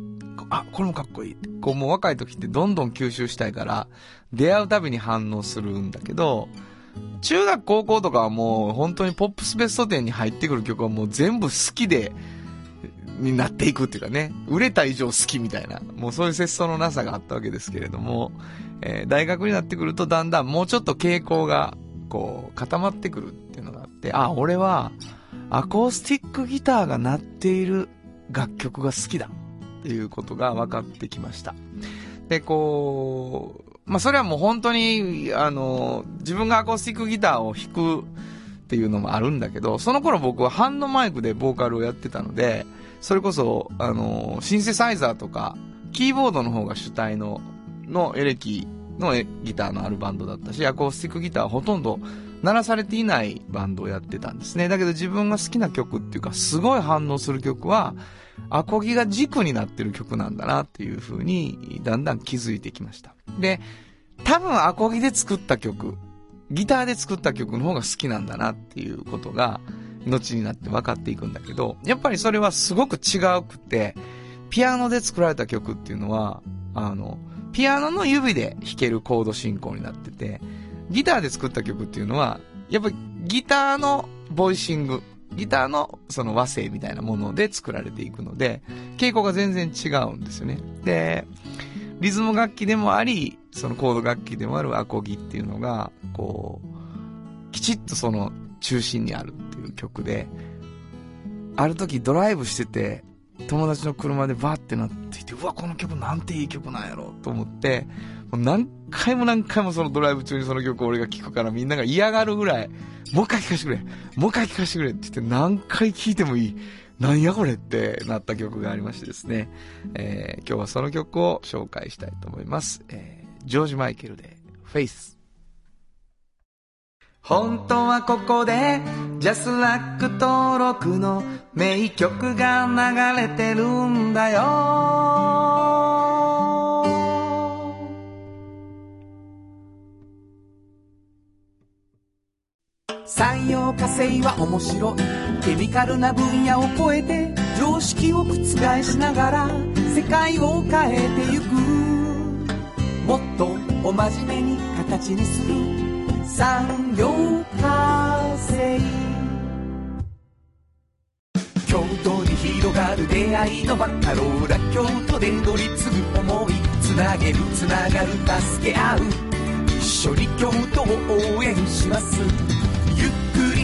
B: あ、これもかっこいいって。こうもう若い時ってどんどん吸収したいから、出会うたびに反応するんだけど、中学高校とかはもう本当にポップスベスト10に入ってくる曲はもう全部好きで、になっていくっていうかね、売れた以上好きみたいな、もうそういう節操のなさがあったわけですけれども、えー大学になってくるとだんだんもうちょっと傾向がこう固まってくるっていうのがあって、あ、俺はアコースティックギターが鳴っている楽曲が好きだっていうことが分かってきました。で、こう、まあ、それはもう本当に、あの、自分がアコースティックギターを弾くっていうのもあるんだけど、その頃僕はハンドマイクでボーカルをやってたので、それこそ、あの、シンセサイザーとか、キーボードの方が主体の、のエレキのえギターのあるバンドだったし、アコースティックギターはほとんど鳴らされていないバンドをやってたんですね。だけど自分が好きな曲っていうか、すごい反応する曲は、アコギが軸になってる曲なんだなっていう風に、だんだん気づいてきました。で、多分アコギで作った曲、ギターで作った曲の方が好きなんだなっていうことが、後になって分かっていくんだけど、やっぱりそれはすごく違うくて、ピアノで作られた曲っていうのは、あの、ピアノの指で弾けるコード進行になってて、ギターで作った曲っていうのは、やっぱりギターのボイシング、ギターのその和声みたいなもので作られていくので、傾向が全然違うんですよね。で、リズム楽器でもあり、そのコード楽器でもあるアコギっていうのが、こう、きちっとその中心にあるっていう曲で、ある時ドライブしてて、友達の車でバーってなっていて、うわ、この曲なんていい曲なんやろと思って、もう何回も何回もそのドライブ中にその曲を俺が聴くからみんなが嫌がるぐらい、もう一回聴かせてくれもう一回聴かせてくれって言って何回聴いてもいい。なんやこれってなった曲がありましてですね、えー今日はその曲を紹介したいと思います。えージョージ・マイケルで、フェイス。本当はここでジャスラック登録の名曲が流れてるんだよ
D: 産業化成は面白いケミカルな分野を超えて常識を覆しながら世界を変えてゆくもっとお真面目に形にする産業化成京都に広がる出会いの場カローラ京都で乗り継ぐ思いつつなげるつながる助け合う一緒に共闘応援しますゆっくり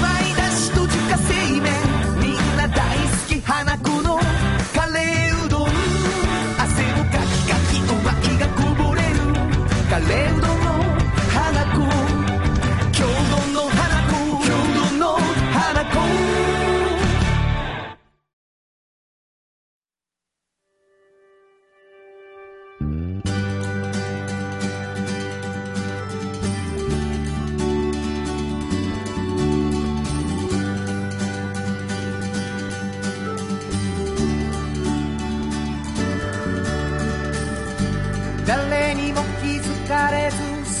D: まいだしと自家製麺みんな大好き花子のカレーうどん汗をかきかきうまいがこぼれるカレーうどんの花子京都の花子京都の花子誰にも気づかれず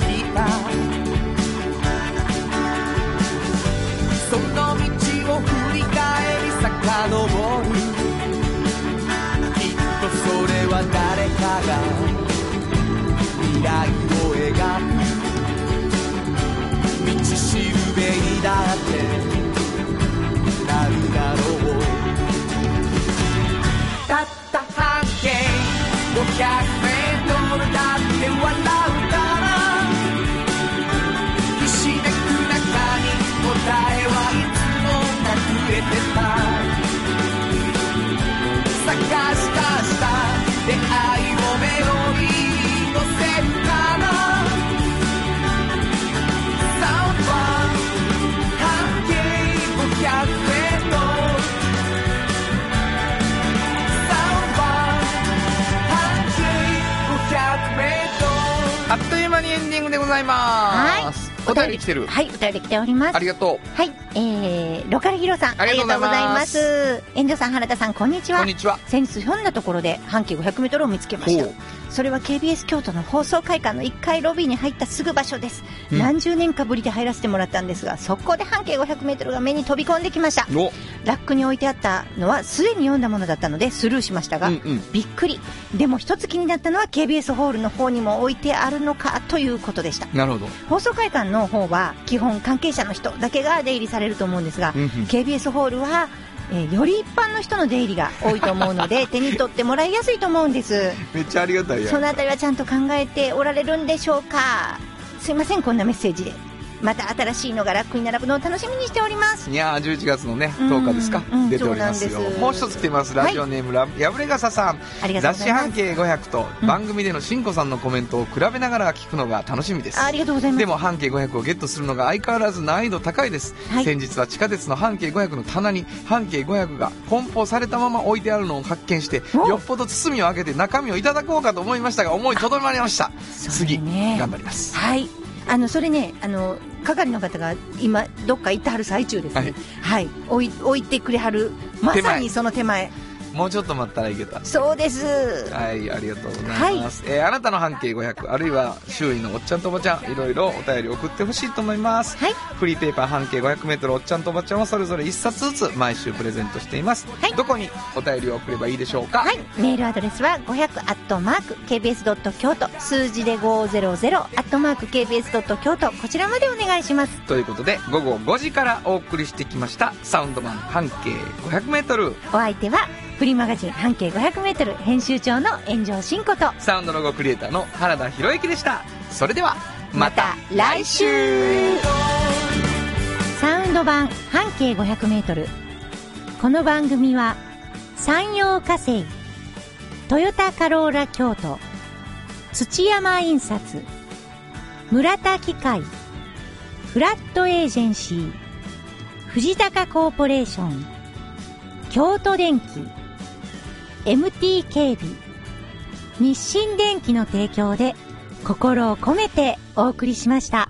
D: 来たその道を振り返り遡るきっとそれは誰かが未来を描く道しるべにだってなるだろうたった半径500メートルだって笑うからひしめく中に答えはいつも隠れてた探したした出会いをメロディーに乗せるからサウンド半径500メートル
B: あっという間にエンディングでございます。お便り来てる。
F: はい、お便り来ております。
B: ありがとう。
F: はい、えー、ロカルヒロさん、
B: あ
F: あ
B: り
F: り
B: が
F: が
B: とう
F: とう
B: ご
F: ご
B: ざ
F: ざ
B: い
F: い
B: ま
F: ますす。遠慮さん、原田さん、こんにちは。
B: こんにちは。
F: 先日ひょんなところで半径 500m を見つけまし
B: ほ
F: たそれは KBS 京都の放送会館の1階ロビーに入ったすぐ場所です、
B: うん
F: 何十年かぶりで入らせてもらったんですが速攻で半径 500m が目に飛び込んできました
B: お、
F: ラックに置いてあったのはすでに読んだものだったのでスルーしましたが、
B: うんうん。
F: びっくりでも一つ気になったのは KBS ホールの方にも置いてあるのかということでした
B: なるほど。
F: 放送会館の方は基本関係者の人だけが出入りされると思うんですが、
B: うんうん
F: KBS ホールは、えーより一般の人の出入りが多いと思うので手に取ってもらいやすいと思うんです
B: めっちゃありがたいや
F: そ
B: ん。
F: のあたりはちゃんと考えておられるんでしょうかすいませんこんなメッセージでまた新しいのがラックに並ぶのを楽しみにしております
B: いやー11月のね10日ですか、
F: うんうん
B: 出ておりますよ
F: そうなんです
B: もう一つ来てますラジオネーム、ラやぶれ傘さん
F: ありがとう
B: 雑
F: ござ
B: 誌
F: いま
B: 半
F: す
B: 径500と番組でのしんこさんのコメントを比べながら聞くのが楽しみです、
F: ありがとうございます
B: でも半径500をゲットするのが相変わらず難易度高いです、
F: はい
B: 先日は地下鉄の半径500の棚に半径500が梱包されたまま置いてあるのを発見して
F: お
B: よっぽど包みを開けて中身をいただこうかと思いましたが思いとどまりました
F: そう
B: 次
F: だね
B: 頑張ります
F: はいあのそれねあの係の方が今どっか行ってはる最中ですねはい、置い置いてくれはるま
B: 手
F: さ
B: 前
F: にその手前
B: もうちょっと待ったらいけた
F: そうです
B: はい、ありがとうございます。えーあなたの半径500、あるいは周囲のおっちゃんとおばちゃん、いろいろお便り送ってほしいと思います。
F: はい
B: フリーペーパー半径500メートルおっちゃんとおばちゃんはそれぞれ1冊ずつ毎週プレゼントしています。
F: はい
B: どこにお便りを送ればいいでしょうか
F: はい、メールアドレスは500アットマーク KBS ドット京都数字で500アットマーク KBS ドット京都こちらまでお願いします。
B: ということで、午後5時からお送りしてきました、サウンドマン半径500メートル。
F: お相手はフリーマガジン半径500メートル編集長の炎上真子と
B: サウンドロゴクリエイターの原田博之でした。それでは、また
F: 来週サウンド版半径500メートルこの番組は山陽火星トヨタカローラ京都土山印刷村田機械フラットエージェンシー藤高コーポレーション京都電機 MT 警備日清電機の提供で心を込めてお送りしました。